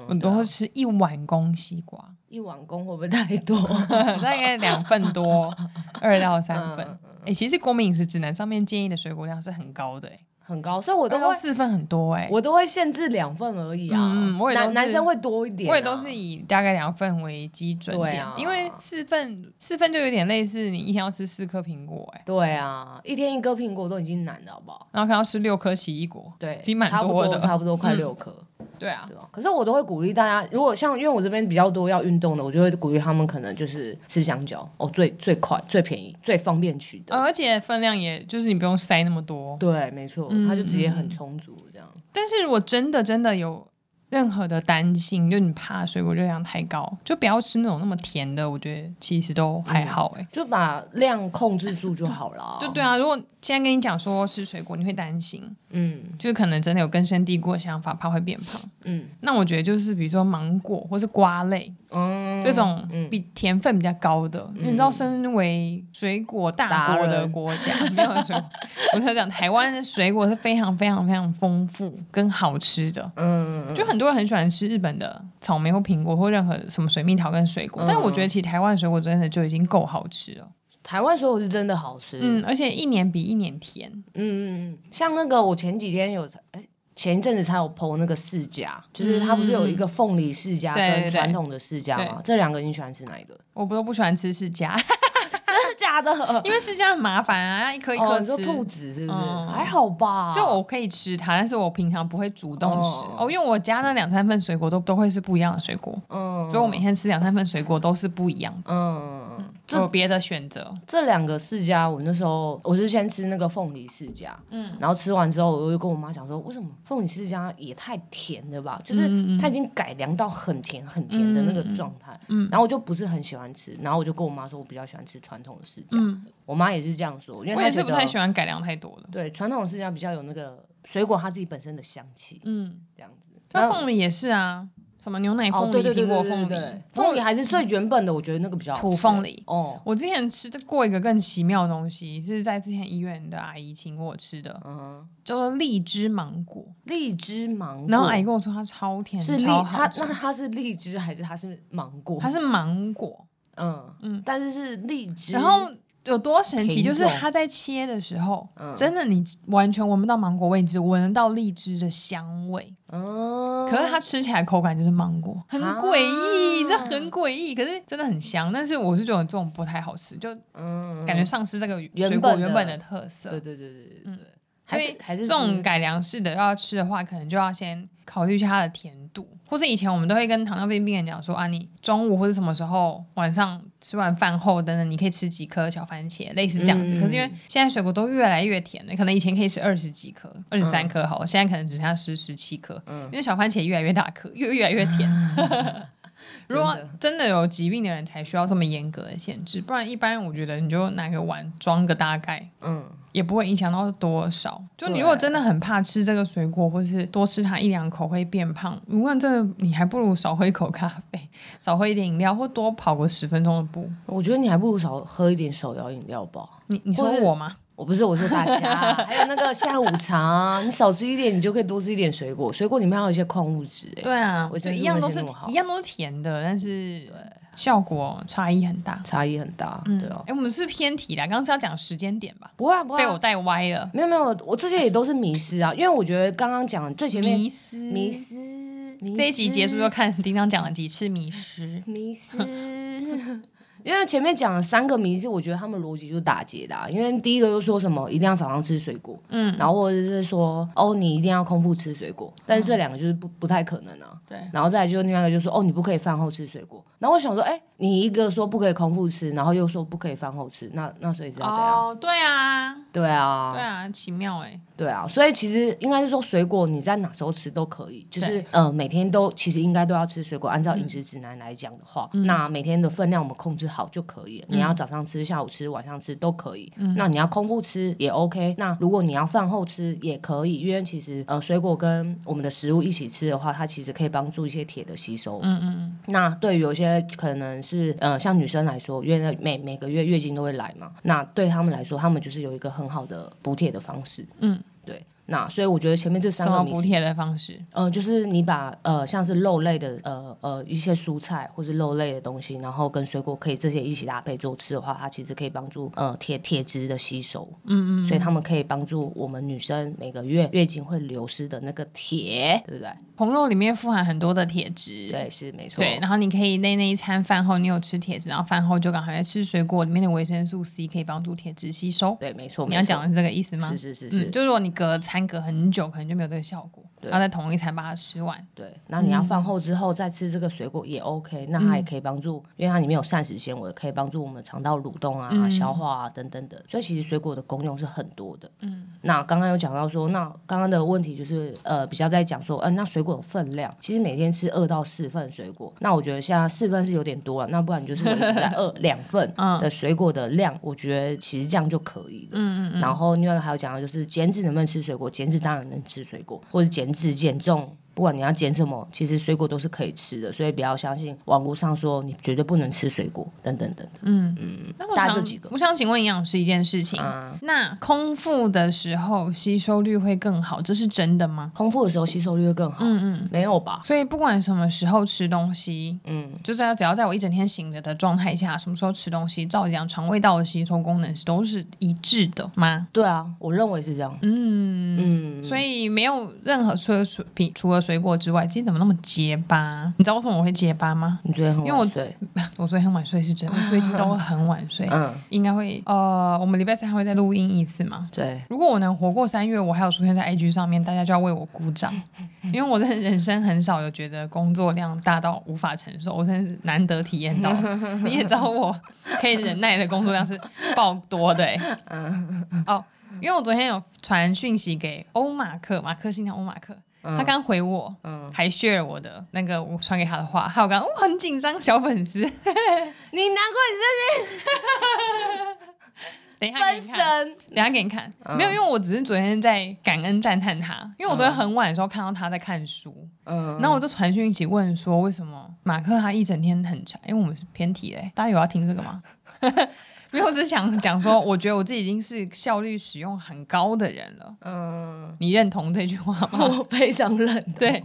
[SPEAKER 2] 我都会吃一碗公西瓜，
[SPEAKER 1] 一碗公会不会太多？
[SPEAKER 2] 大概两份多，二到三
[SPEAKER 1] 嗯
[SPEAKER 2] 份。哎、其实国民饮食指南上面建议的水果量是很高的、欸，
[SPEAKER 1] 很高，所以我
[SPEAKER 2] 我
[SPEAKER 1] 都
[SPEAKER 2] 到
[SPEAKER 1] 会
[SPEAKER 2] 四份很多、欸，哎，
[SPEAKER 1] 我都会限制两份而已啊。
[SPEAKER 2] 嗯嗯我也都
[SPEAKER 1] 男
[SPEAKER 2] 是
[SPEAKER 1] 男生会多一点、啊
[SPEAKER 2] 我也都是。以大概两份为基准
[SPEAKER 1] 对
[SPEAKER 2] 点，
[SPEAKER 1] 啊
[SPEAKER 2] 因为四份四份就有点类似你一天要吃四颗苹果、欸，
[SPEAKER 1] 对啊，一天一个苹果都已经难了，好不好？
[SPEAKER 2] 然后看到吃六颗奇异果，
[SPEAKER 1] 对，
[SPEAKER 2] 其实蛮
[SPEAKER 1] 差不
[SPEAKER 2] 多
[SPEAKER 1] 多
[SPEAKER 2] 的，
[SPEAKER 1] 差不多快六颗。
[SPEAKER 2] 对啊，
[SPEAKER 1] 对吧？可是我都会鼓励大家，如果像因为我这边比较多要运动的，我就会鼓励他们可能就是吃香蕉哦，最最快、最便宜、最方便取得。
[SPEAKER 2] 呃而且分量也就是你不用塞那么多。
[SPEAKER 1] 对，没错，
[SPEAKER 2] 嗯
[SPEAKER 1] 它就直接很充足这样。
[SPEAKER 2] 但是如果真的真的有任何的担心，就你怕水果热量太高，就不要吃那种那么甜的，我觉得其实都还好哎、欸
[SPEAKER 1] 就把量控制住就好了。
[SPEAKER 2] 就对啊，如果现在跟你讲说吃水果，你会担心，
[SPEAKER 1] 嗯
[SPEAKER 2] 就是可能真的有根深蒂固的想法，怕会变胖。
[SPEAKER 1] 嗯
[SPEAKER 2] 那我觉得就是比如说芒果或是瓜类，
[SPEAKER 1] 嗯，
[SPEAKER 2] 这种比甜分比较高的，因为你知道，身为水果大国
[SPEAKER 1] 达
[SPEAKER 2] 的
[SPEAKER 1] 人
[SPEAKER 2] 国家，没有水果， 我在讲台湾的水果是非常非常非常丰富跟好吃的。
[SPEAKER 1] 嗯
[SPEAKER 2] 就很多人很喜欢吃日本的草莓或苹果或任何什么水蜜桃跟水果，但我
[SPEAKER 1] 嗯
[SPEAKER 2] 觉得其实台湾的水果真的就已经够好吃了。
[SPEAKER 1] 台湾水果是真的好吃。嗯
[SPEAKER 2] 嗯，而且一年比一年甜。
[SPEAKER 1] 嗯嗯，像那个我前几天有哎。前一阵子才有剖那个世家，就是它不是有一个凤梨世家
[SPEAKER 2] 嗯对对
[SPEAKER 1] 跟
[SPEAKER 2] 对
[SPEAKER 1] 传统的世家吗？这两个你喜欢吃哪一个？
[SPEAKER 2] 我不都不喜欢吃释迦，
[SPEAKER 1] 真的假假的？
[SPEAKER 2] 因为是这样很麻烦啊，一颗一
[SPEAKER 1] 哦，
[SPEAKER 2] 颗
[SPEAKER 1] 你
[SPEAKER 2] 吃。
[SPEAKER 1] 说兔子是不是？
[SPEAKER 2] 嗯
[SPEAKER 1] 还好吧，
[SPEAKER 2] 就我可以吃它，但是我平常不会主动吃
[SPEAKER 1] 哦
[SPEAKER 2] 哦因为我家那两三份水果都都会是不一样的水果，
[SPEAKER 1] 嗯
[SPEAKER 2] 所以我每天吃两三份水果都是不一样的，
[SPEAKER 1] 嗯，
[SPEAKER 2] 我有别的选择。
[SPEAKER 1] 这两个释迦，我那时候我就先吃那个凤梨释迦，嗯，然后吃完之后，我就跟我妈讲说，为什么凤梨释迦也太甜了吧？就是
[SPEAKER 2] 嗯
[SPEAKER 1] 它已经改良到很甜很甜的那个状态，嗯，然后我就不是很喜欢吃，然后我就跟我妈说，我比较喜欢吃传统的释迦，我妈也是这样说，因
[SPEAKER 2] 嗯我
[SPEAKER 1] 为她
[SPEAKER 2] 也
[SPEAKER 1] 觉
[SPEAKER 2] 是
[SPEAKER 1] 得
[SPEAKER 2] 不太喜欢改良太多的。
[SPEAKER 1] 对传统的释迦比较有那个水果它自己本身的香气，
[SPEAKER 2] 嗯，
[SPEAKER 1] 这样子，
[SPEAKER 2] 那
[SPEAKER 1] 然后
[SPEAKER 2] 凤梨也是啊，什么牛奶
[SPEAKER 1] 哦
[SPEAKER 2] 凤
[SPEAKER 1] 对对
[SPEAKER 2] 梨、
[SPEAKER 1] 对
[SPEAKER 2] 苹
[SPEAKER 1] 对
[SPEAKER 2] 果
[SPEAKER 1] 对
[SPEAKER 2] 凤
[SPEAKER 1] 对
[SPEAKER 2] 梨，、
[SPEAKER 1] 凤梨还是最原本的，我觉得那个比较好
[SPEAKER 2] 土
[SPEAKER 1] 吃
[SPEAKER 2] 凤梨
[SPEAKER 1] 哦，
[SPEAKER 2] 我之前吃过一个更奇妙的东西，是在之前医院的阿姨请我吃的，
[SPEAKER 1] 嗯，
[SPEAKER 2] 叫做荔枝芒果。
[SPEAKER 1] 荔枝芒果，
[SPEAKER 2] 然后阿姨跟我说它超甜，
[SPEAKER 1] 是荔，
[SPEAKER 2] 超好
[SPEAKER 1] 它
[SPEAKER 2] 吃
[SPEAKER 1] 那它是荔枝还是它是芒果？
[SPEAKER 2] 它是芒果，
[SPEAKER 1] 嗯嗯，但是是荔枝，
[SPEAKER 2] 然后有多神奇？
[SPEAKER 1] 品
[SPEAKER 2] 就是
[SPEAKER 1] 种嗯
[SPEAKER 2] 它在切的时候，真的你完全闻不到芒果味，只闻得到荔枝的香味。
[SPEAKER 1] 嗯，
[SPEAKER 2] 可是它吃起来口感就是芒果，很
[SPEAKER 1] 啊
[SPEAKER 2] 诡异，这很诡异。可是真的很香，但是我是觉得这种不太好吃，就
[SPEAKER 1] 嗯，
[SPEAKER 2] 感觉丧失这个
[SPEAKER 1] 原
[SPEAKER 2] 水果
[SPEAKER 1] 本的
[SPEAKER 2] 原本的特色。
[SPEAKER 1] 对对对对对对对，还
[SPEAKER 2] 嗯所以
[SPEAKER 1] 是还是
[SPEAKER 2] 这种
[SPEAKER 1] 吃
[SPEAKER 2] 改良式的要吃的话，可能就要先考虑一下它的甜度，或是以前我们都会跟糖尿病病人讲说啊，你中午或者什么时候晚上吃完饭后等等，你可以吃几颗小番茄，类似这样子。
[SPEAKER 1] 嗯
[SPEAKER 2] 可是因为现在水果都越来越甜了，可能以前可以吃二十几颗、
[SPEAKER 1] 嗯
[SPEAKER 2] 二十三颗好了，现在可能只剩下十、十七颗，因为小番茄越来越大颗，越越来越甜。 如果真的有疾病的人才需要这么严格的限制，不然一般我觉得你就拿个碗装个大概，
[SPEAKER 1] 嗯
[SPEAKER 2] 也不会影响到多少。就你
[SPEAKER 1] 对
[SPEAKER 2] 如果真的很怕吃这个水果，或是多吃它一两口会变胖，如果真的你还不如少喝一口咖啡，少喝一点饮料，或多跑个十分钟的步。
[SPEAKER 1] 我觉得你还不如少喝一点手摇饮料吧。
[SPEAKER 2] 你你说
[SPEAKER 1] 或是
[SPEAKER 2] 我吗？
[SPEAKER 1] 我不是，我说大 家，啊还有那个下午茶啊，你少吃一点，你就可以多吃一点水果，水果里面还有一些矿物质，哎，
[SPEAKER 2] 对啊，
[SPEAKER 1] 维
[SPEAKER 2] 就
[SPEAKER 1] 生素
[SPEAKER 2] 一样都
[SPEAKER 1] 维
[SPEAKER 2] 是
[SPEAKER 1] 生素好
[SPEAKER 2] 一样都是甜的，但是效果差异很大。
[SPEAKER 1] 差异很大，对啊
[SPEAKER 2] 哎、，我们是偏题啦，刚刚是要讲时间点吧？
[SPEAKER 1] 不会啊不会
[SPEAKER 2] 被
[SPEAKER 1] 啊
[SPEAKER 2] 我，带歪了，
[SPEAKER 1] 没有没有，我这些也都是迷失啊，因为我觉得刚刚讲的最前面
[SPEAKER 2] 迷失。
[SPEAKER 1] 迷失，迷
[SPEAKER 2] 这一集
[SPEAKER 1] 失
[SPEAKER 2] 结束就看叮当讲了几次迷失。
[SPEAKER 1] 迷思。 因为前面讲了三个迷思，我觉得他们逻辑就是打结的、啊。因为第一个就说什么一定要早上吃水果，嗯，然后或者是说哦你一定要空腹吃水果，但是这两个就是不不太可能啊。
[SPEAKER 2] 对
[SPEAKER 1] 然后再来就是另外一个就说哦你不可以饭后吃水果。然后我想说，哎，你一个说不可以空腹吃，然后又说不可以饭后吃，那那所以是要怎样？
[SPEAKER 2] 哦，对啊，
[SPEAKER 1] 对啊，
[SPEAKER 2] 对啊，奇妙哎、
[SPEAKER 1] 对啊，所以其实应该是说，水果你在哪时候吃都可以，就是
[SPEAKER 2] 对
[SPEAKER 1] 呃每天都其实应该都要吃水果。按照饮食指南来讲的话，那每天的分量我们控制好就可以了。你要早上吃、下午吃、晚上吃都可以。那你要空腹吃也 OK。那如果你要饭后吃也可以，因为其实呃水果跟我们的食物一起吃的话，它其实可以帮助一些铁的吸收。嗯嗯嗯。那对于有些可能是呃像女生来说，因为每每个月月经都会来嘛，那对她们来说，她们就是有一个很好的补铁的方式。对，那所以我觉得前面这
[SPEAKER 2] 嗯什
[SPEAKER 1] 三个
[SPEAKER 2] 么
[SPEAKER 1] 迷思，
[SPEAKER 2] 补贴的方式？
[SPEAKER 1] 呃，就是你把呃像是肉类的呃呃一些蔬菜或是肉类的东西，然后跟水果可以这些一起搭配做吃的话，它其实可以帮助呃铁铁质的吸收，嗯嗯，所以他们可以帮助我们女生每个月月经会流失的那个铁，对不对？
[SPEAKER 2] 红肉里面富含很多的铁质，
[SPEAKER 1] 对，是没错，
[SPEAKER 2] 对，然后你可以那那一餐饭后你有吃铁质，然后饭后就赶快吃水果，里面的维生素 C 可以帮助铁质吸收。
[SPEAKER 1] 对没错，
[SPEAKER 2] 你要
[SPEAKER 1] 没错
[SPEAKER 2] 讲的是这个意思吗？
[SPEAKER 1] 是是是是，
[SPEAKER 2] 嗯，就如果你隔餐隔很久，可能就没有这个效果，
[SPEAKER 1] 对
[SPEAKER 2] 然后在同一餐把它吃完。
[SPEAKER 1] 对，那你要饭后之后再吃这个水果也 OK，、那它也可以帮助，因为它里面有膳食纤维，可以帮助我们肠道蠕动啊、消化啊等等的。所以其实水果的功用是很多的。嗯，那刚刚有讲到说，那刚刚的问题就是呃，比较在讲说，嗯、那水果的分量，其实每天吃二到四份水果，那我觉得现在四份是有点多了，那不然你就是维持在二两份的水果的量，我觉得其实这样就可以了。嗯嗯然后另外一个还有讲到就是减脂能不能吃水果，减脂当然能吃水果，或者减脂减重。不管你要减什么，其实水果都是可以吃的，所以不要相信网络上说你绝对不能吃水果等等等等。
[SPEAKER 2] 那我
[SPEAKER 1] 大家
[SPEAKER 2] 想
[SPEAKER 1] 这几个啊
[SPEAKER 2] 我想请问营养师一件事情，那空腹的时候吸收率会更好，这是真的吗？
[SPEAKER 1] 空腹的时候吸收率会更好。嗯嗯，没有吧？
[SPEAKER 2] 所以不管什么时候吃东西，嗯，就在只要在我一整天醒着的状态下，什么时候吃东西，照理讲肠胃道的吸收功能是都是一致的吗？嗯
[SPEAKER 1] 对啊，我认为是这样。
[SPEAKER 2] 所以没有任何除了水平除了了水果之外，今天怎么那么结巴？你知道为什么我会结巴吗？
[SPEAKER 1] 你觉得很
[SPEAKER 2] 因为我
[SPEAKER 1] 晚睡？
[SPEAKER 2] 我昨天很晚睡是真的，我最近都很晚睡，
[SPEAKER 1] 嗯，
[SPEAKER 2] 应该会呃，我们礼拜三还会再录音一次嘛。
[SPEAKER 1] 对，
[SPEAKER 2] 如果我能活过三月，我还有 出现在 IG 上面，大家就要为我鼓掌，因为我的人生很少有觉得工作量大到无法承受，我真是难得体验 到。你也知道我可以忍耐的工作量是爆多的、 欸，
[SPEAKER 1] 嗯
[SPEAKER 2] 哦，因为我昨天有传讯息给欧马克，马克新娘欧马克，他刚回我，
[SPEAKER 1] 嗯，
[SPEAKER 2] 还 share 我的那个我传给他的话，还有刚我很紧张，小粉丝，
[SPEAKER 1] 你难怪
[SPEAKER 2] 等一下
[SPEAKER 1] 你这
[SPEAKER 2] 给你
[SPEAKER 1] 分
[SPEAKER 2] 看。
[SPEAKER 1] 神。
[SPEAKER 2] 等一下给你看，
[SPEAKER 1] 嗯
[SPEAKER 2] 没有，因为我只是昨天在感恩赞叹他，因为我昨天很晚的时候看到他在看书，
[SPEAKER 1] 嗯
[SPEAKER 2] 然后我就传讯息问说为什么马克他一整天很长，因为我们是偏题嘞，大家有要听这个吗？ 没有，我只是想讲说，我觉得我自己已经是效率使用很高的人了，
[SPEAKER 1] 嗯，
[SPEAKER 2] 你认同这句话 吗？
[SPEAKER 1] 我非常认同。
[SPEAKER 2] 对，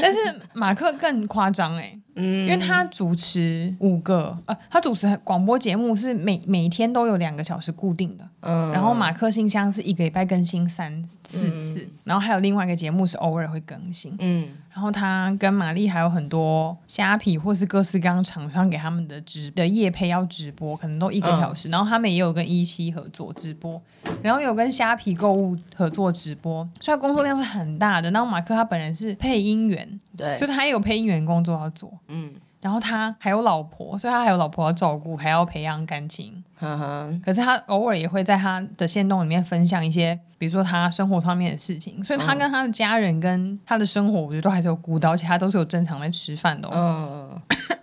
[SPEAKER 2] 但是马克更夸张哎、
[SPEAKER 1] 嗯
[SPEAKER 2] 因为他主持五个，呃，他主持广播节目是每每天都有两个小时固定的，
[SPEAKER 1] 嗯
[SPEAKER 2] 然后马克信箱是一个礼拜更新三四次，然后还有另外一个节目是偶尔会更新。
[SPEAKER 1] 嗯
[SPEAKER 2] 然后他跟玛丽还有很多虾皮或是各式各样厂商给他们的直的业配要直播，可能都一个小
[SPEAKER 1] 嗯
[SPEAKER 2] 时。然后他们也有跟一期合作直播，然后有跟虾皮购物合作直播，所以他工作量是很大的。然后马克他本人是配音员，
[SPEAKER 1] 对
[SPEAKER 2] 所，以他也有配音员工作要做。
[SPEAKER 1] 嗯，
[SPEAKER 2] 然后他还有老婆，所以他还有老婆要照顾，还要培养感情。
[SPEAKER 1] 哈哈，
[SPEAKER 2] 可是他偶尔也会在他的线动里面分享一些，比如说他生活上面的事情，所以
[SPEAKER 1] 嗯
[SPEAKER 2] 他跟他的家人跟他的生活，我觉得都还是有顾到，而且他都是有正常在吃饭的、哦。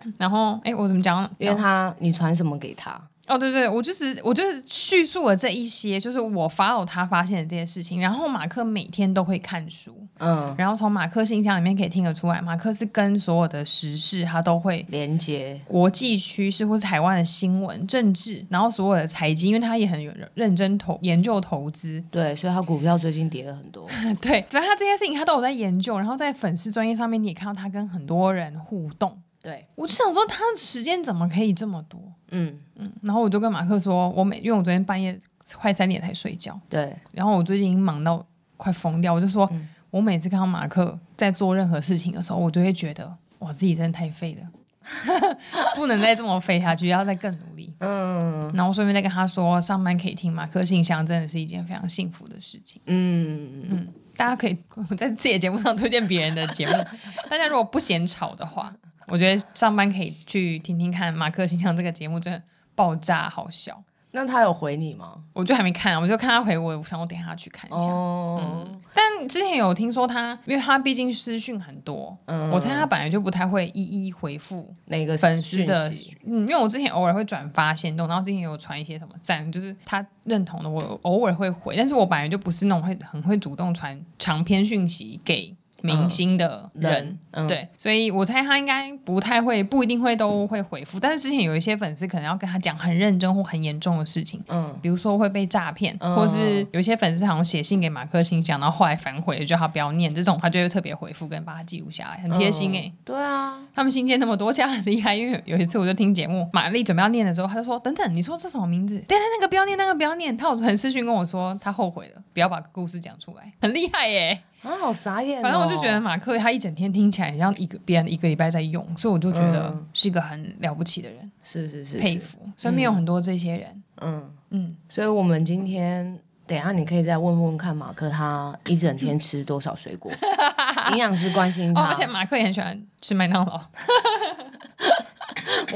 [SPEAKER 1] 嗯，
[SPEAKER 2] 然后，哎，我怎么讲？
[SPEAKER 1] 因为他你传什么给他？
[SPEAKER 2] 哦，对对，我就是我就是叙述了这一些，就是我 follow 他发现的这些事情。然后马克每天都会看书，
[SPEAKER 1] 嗯，
[SPEAKER 2] 然后从马克信箱里面可以听得出来，马克是跟所有的时事他都会
[SPEAKER 1] 连接，
[SPEAKER 2] 国际趋势或是台湾的新闻、政治，然后所有的财经，因为他也很有认真投研究投资，
[SPEAKER 1] 对，所以他股票最近跌了很多。
[SPEAKER 2] 对，反正他这些事情他都有在研究，然后在粉丝专业上面你也看到他跟很多人互动。
[SPEAKER 1] 对，
[SPEAKER 2] 我就想说，他的时间怎么可以这么多？
[SPEAKER 1] 嗯，
[SPEAKER 2] 嗯，然后我就跟马克说，我每因为我昨天半夜快三点才睡觉，
[SPEAKER 1] 对，
[SPEAKER 2] 然后我最近已经忙到快疯掉，我就说，
[SPEAKER 1] 嗯
[SPEAKER 2] 我每次看到马克在做任何事情的时候，我就会觉得哇，自己真的太废了， 不能再这么废下去，要再更努力。
[SPEAKER 1] 嗯
[SPEAKER 2] 然后顺便再跟他说，上班可以听马克信箱，真的是一件非常幸福的事情。
[SPEAKER 1] 嗯，
[SPEAKER 2] 大家可以我在自己的节目上推荐别人的节目， 大家如果不嫌吵的话，我觉得上班可以去听听看马克信箱这个节目，真的爆炸好笑。
[SPEAKER 1] 那他有回你吗？
[SPEAKER 2] 我就还没看、啊，我就看他回我，我想我等一下去看一下。
[SPEAKER 1] 哦，
[SPEAKER 2] 但之前有听说他，因为他毕竟私讯很多，
[SPEAKER 1] 嗯
[SPEAKER 2] 我猜他本来就不太会一一回复
[SPEAKER 1] 那个
[SPEAKER 2] 粉丝
[SPEAKER 1] 讯
[SPEAKER 2] 的
[SPEAKER 1] 息，，
[SPEAKER 2] 嗯，因为我之前偶尔会转发行动，然后之前有传一些什么赞，就是他认同的，我偶尔会回，但是我本来就不是那种会很会主动传长篇讯息给明星的人。
[SPEAKER 1] 人，嗯，
[SPEAKER 2] 对，所以我猜他应该不太会，不一定会都会回复。但是之前有一些粉丝可能要跟他讲很认真或很严重的事情，
[SPEAKER 1] 嗯，
[SPEAKER 2] 比如说会被诈骗，
[SPEAKER 1] 嗯
[SPEAKER 2] 或是有一些粉丝好像写信给马克信箱，然后后来反悔，叫他不要念，这种他就会特别回复跟把它记录下来，很贴心哎、
[SPEAKER 1] 嗯对啊，
[SPEAKER 2] 他们信件那么多，这样很厉害。因为有一次我就听节目，玛丽准备要念的时候，她就说：“等等，你说这什么名字？等等那个不要念，那个不要念。”她有很私讯跟我说，她后悔了，不要把故事讲出来，很厉害耶。
[SPEAKER 1] 啊，好傻眼哦。
[SPEAKER 2] 反正我就觉得马克他一整天听起来很像一个别人一个礼拜在用，所以我就觉得是一个很了不起的人，
[SPEAKER 1] 是是是，
[SPEAKER 2] 佩
[SPEAKER 1] 是，
[SPEAKER 2] 服。身边有很多这些人，
[SPEAKER 1] 嗯，
[SPEAKER 2] 嗯，
[SPEAKER 1] 所以我们今天。等一下，你可以再问问看马克，他一整天吃多少水 果？营养师关心
[SPEAKER 2] 哦，
[SPEAKER 1] 他，
[SPEAKER 2] 而且马克也很喜欢吃麦当劳。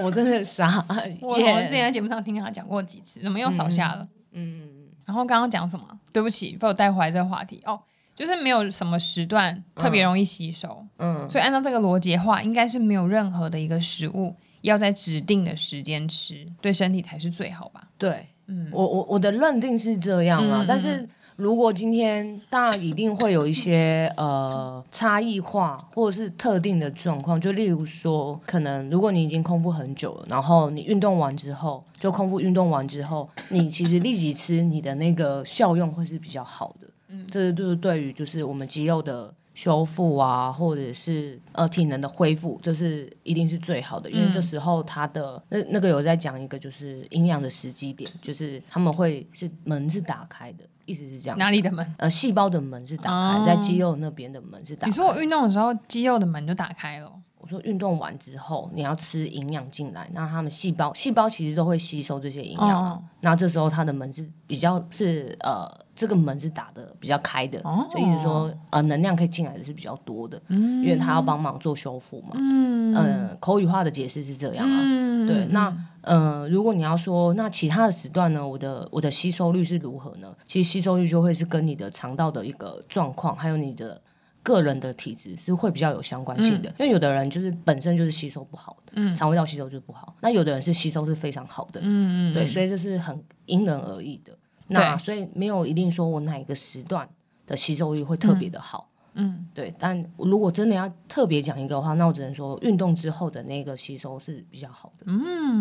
[SPEAKER 1] 我真的傻
[SPEAKER 2] 我我之前
[SPEAKER 1] 眼。
[SPEAKER 2] 在节目上听他讲过几次，怎么又少下了？
[SPEAKER 1] 嗯，
[SPEAKER 2] 然后刚刚讲什么？对不起，被我带回来这个话题哦，就是没有什么时段特别容易吸收，
[SPEAKER 1] 嗯
[SPEAKER 2] 所以按照这个逻辑的话，应该是没有任何的一个食物要在指定的时间吃，对身体才是最好吧？
[SPEAKER 1] 对，
[SPEAKER 2] 嗯
[SPEAKER 1] 我我我的认定是这样啦，
[SPEAKER 2] 嗯嗯
[SPEAKER 1] 但是如果今天当然一定会有一些呃差异化或者是特定的状况，就例如说，可能如果你已经空腹很久了，然后你运动完之后，就空腹运动完之后，你其实立即吃，你的那个效用会是比较好的。这就是对于就是我们肌肉的修复啊，或者是呃体能的恢复，这是一定是最好的，因为这时候他的、那那个有在讲一个就是营养的时机点，就是他们会是门是打开的，意思是这样子。
[SPEAKER 2] 哪里的门？
[SPEAKER 1] 呃，细胞的门是打开，在肌肉那边的门是打开。
[SPEAKER 2] 你说我运动的时候肌肉的门就打开了，
[SPEAKER 1] 我说运动完之后，你要吃营养进来，那他们细胞细胞其实都会吸收这些营养
[SPEAKER 2] 哦
[SPEAKER 1] 啊。那这时候它的门是比较是呃，这个门是打的比较开的，
[SPEAKER 2] 哦
[SPEAKER 1] 就意思说呃，能量可以进来的是比较多的，因为它要帮忙做修复嘛。嗯、口语化的解释是这
[SPEAKER 2] 嗯
[SPEAKER 1] 样啊。对，那呃，如果你要说那其他的时段呢，我的我的吸收率是如何呢？其实吸收率就会是跟你的肠道的一个状况，还有你的个人的体质是会比较有相关性的。因为有的人就是本身就是吸收不好的，肠胃道吸收就不好；那有的人是吸收是非常好的，嗯嗯对，所以这是很因人而异的。那
[SPEAKER 2] 对
[SPEAKER 1] 所以没有一定说我哪一个时段的吸收率会特别的好。嗯，对，但如果真的要特别讲一个的话，那我只能说运动之后的那个吸收是比较好的。
[SPEAKER 2] 嗯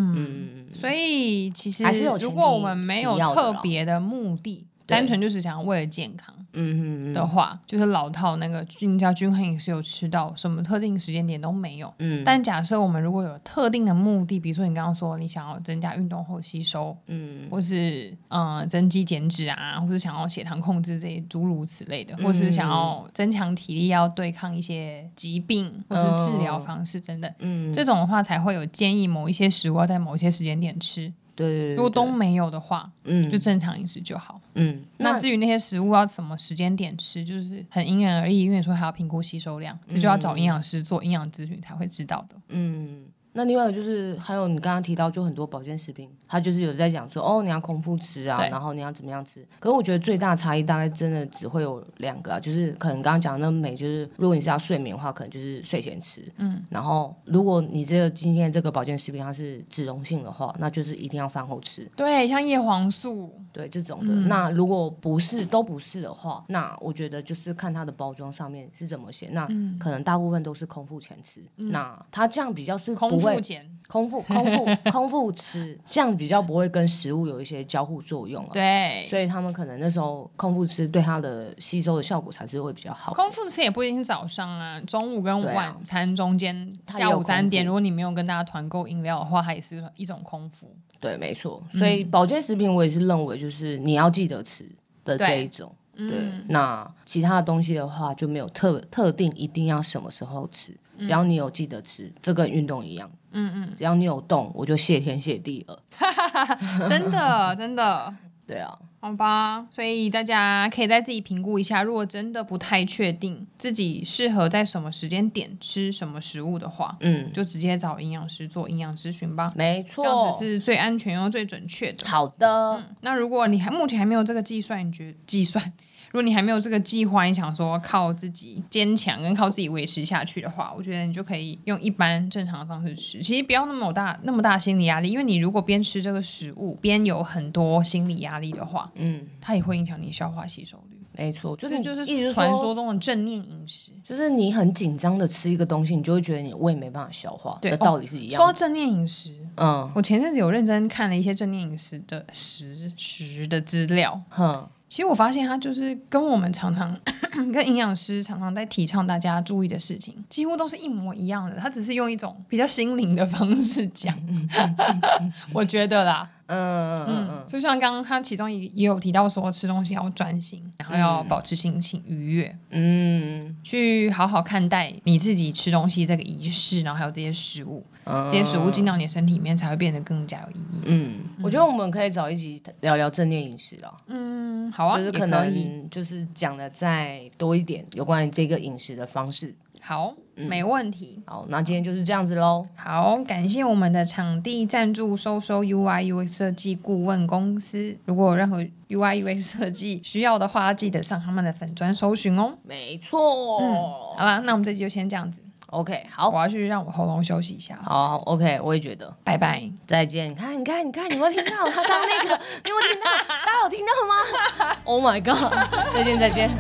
[SPEAKER 2] 所以其实
[SPEAKER 1] 还是有前
[SPEAKER 2] 如
[SPEAKER 1] 提
[SPEAKER 2] 果我们没有
[SPEAKER 1] 提要的
[SPEAKER 2] 特
[SPEAKER 1] 啦
[SPEAKER 2] 别的目的，
[SPEAKER 1] 对
[SPEAKER 2] 单纯就是想要为了健康
[SPEAKER 1] 嗯嗯嗯
[SPEAKER 2] 的话，就是老套那个均叫均衡饮食有吃到，什么特定时间点都没有。
[SPEAKER 1] 嗯，
[SPEAKER 2] 但假设我们如果有特定的目的，比如说你刚刚说你想要增加运动后吸收，
[SPEAKER 1] 嗯
[SPEAKER 2] 或是嗯、呃增肌减脂啊，或是想要血糖控制这些诸如此类的，
[SPEAKER 1] 嗯
[SPEAKER 2] 或是想要增强体力，要对抗一些疾病或是治疗方式等等。
[SPEAKER 1] 嗯，
[SPEAKER 2] 这种的话才会有建议某一些食物要在某一些时间点吃，
[SPEAKER 1] 对对对，
[SPEAKER 2] 如果
[SPEAKER 1] 对
[SPEAKER 2] 都没有的话，
[SPEAKER 1] 嗯
[SPEAKER 2] 就正常饮食就好。
[SPEAKER 1] 嗯，
[SPEAKER 2] 那至于那些食物要什么时间点吃，就是很因人而异，因为说还要评估吸收量，这就要找营养师做营养咨询才会知道的。
[SPEAKER 1] 嗯，那另外一个就是，还有你刚刚提到，就很多保健食品，它就是有在讲说，哦，你要空腹吃啊，
[SPEAKER 2] 对
[SPEAKER 1] 然后你要怎么样吃。可是我觉得最大差异大概真的只会有两个啊，就是可能刚刚讲的那美，就是如果你是要睡眠的话，可能就是睡前吃，嗯，然后如果你这个今天这个保健食品它是脂溶性的话，那就是一定要饭后吃，
[SPEAKER 2] 对，像叶黄素，
[SPEAKER 1] 对这种的。
[SPEAKER 2] 嗯
[SPEAKER 1] 那如果不是都不是的话，那我觉得就是看它的包装上面是怎么写。那
[SPEAKER 2] 嗯
[SPEAKER 1] 可能大部分都是空腹前吃，那它这样比较是不
[SPEAKER 2] 空腹
[SPEAKER 1] 会
[SPEAKER 2] 减，
[SPEAKER 1] 空腹空腹空腹吃，这样比较不会跟食物有一些交互作用啊。
[SPEAKER 2] 对，
[SPEAKER 1] 所以他们可能那时候空腹吃对它的吸收的效果才是会比较好。
[SPEAKER 2] 空腹吃也不一定是早上啊，中午跟
[SPEAKER 1] 对啊
[SPEAKER 2] 晚餐中间，
[SPEAKER 1] 它也有
[SPEAKER 2] 下午三点，
[SPEAKER 1] 空腹
[SPEAKER 2] 如果你没有跟大家团购饮料的话，它也是一种空 腹。
[SPEAKER 1] 对，没错。
[SPEAKER 2] 嗯
[SPEAKER 1] 所以保健食品我也是认为就是你要记得吃的这一种。
[SPEAKER 2] 嗯
[SPEAKER 1] 对，那其他的东西的话就没有特特定一定要什么时候吃，
[SPEAKER 2] 嗯
[SPEAKER 1] 只要你有记得吃，这跟运动一样。嗯嗯，只要你有动，我就谢天谢地了。
[SPEAKER 2] 真的，真的。
[SPEAKER 1] 对啊，
[SPEAKER 2] 好吧，所以大家可以再自己评估一下，如果真的不太确定自己适合在什么时间点吃什么食物的话，
[SPEAKER 1] 嗯，
[SPEAKER 2] 就直接找营养师做营养咨询吧，
[SPEAKER 1] 没
[SPEAKER 2] 这样
[SPEAKER 1] 错
[SPEAKER 2] 子。是嗯最安全又最准确的。
[SPEAKER 1] 好的，
[SPEAKER 2] 那如果你还目前还没有这个计算，你觉得计算， 如果你还没有这个计划，你想说靠自己坚强跟靠自己维持下去的话，我觉得你就可以用一般正常的方式吃。其实不要那么大那么大心理压力，因为你如果边吃这个食物边有很多心理压力的话，
[SPEAKER 1] 嗯，
[SPEAKER 2] 它也会影响你消化吸收率。
[SPEAKER 1] 没错，就
[SPEAKER 2] 这
[SPEAKER 1] 是
[SPEAKER 2] 就
[SPEAKER 1] 一直
[SPEAKER 2] 是传说中的正念饮食。
[SPEAKER 1] 就是你很紧张的吃一个东西，你就会觉得你的胃没办法消化
[SPEAKER 2] 对哦
[SPEAKER 1] 的道理是一
[SPEAKER 2] 说到
[SPEAKER 1] 样的。
[SPEAKER 2] 正念饮食，
[SPEAKER 1] 嗯
[SPEAKER 2] 我前阵子有认真看了一些正念饮食的食食的资料，
[SPEAKER 1] 哼，
[SPEAKER 2] 其实我发现它就是跟我们常常 跟营养师常常在提倡大家注意的事情，几乎都是一模一样的。它只是用一种比较心灵的方式 讲，我觉得啦。
[SPEAKER 1] 嗯嗯嗯嗯，
[SPEAKER 2] 就像刚刚他其中也也有提到说，吃东西要专心，然后要保持心情愉悦，
[SPEAKER 1] 嗯
[SPEAKER 2] 去好好看待你自己吃东西这个仪式，然后还有这些食物，这些食物进到你的身体里面才会变得更加有意义。
[SPEAKER 1] 嗯，我觉得我们可以找一集聊聊正念饮食啦，
[SPEAKER 2] 嗯，好
[SPEAKER 1] 就
[SPEAKER 2] 啊，
[SPEAKER 1] 是
[SPEAKER 2] 也
[SPEAKER 1] 可
[SPEAKER 2] 以
[SPEAKER 1] 能就是讲的再多一点有关于这个饮食的方式。
[SPEAKER 2] 好，
[SPEAKER 1] 嗯
[SPEAKER 2] 没问题。
[SPEAKER 1] 好，那今天就是这样子喽。
[SPEAKER 2] 好，感谢我们的场地赞助收收 UI UX 设计顾问公司。如果有任何 UI UX 设计需要的话，记得上他们的粉砖搜寻哦。
[SPEAKER 1] 没错、
[SPEAKER 2] 好啦，那我们这集就先这样子，
[SPEAKER 1] o k 好，
[SPEAKER 2] 我要去让我喉咙休息一下，
[SPEAKER 1] 好，OK，我也觉得。
[SPEAKER 2] 拜拜。
[SPEAKER 1] 再见！你看，你看，你看，你有没有听到他刚刚那个？你有没有听到？大家有听到吗？Oh my god！再见，再见。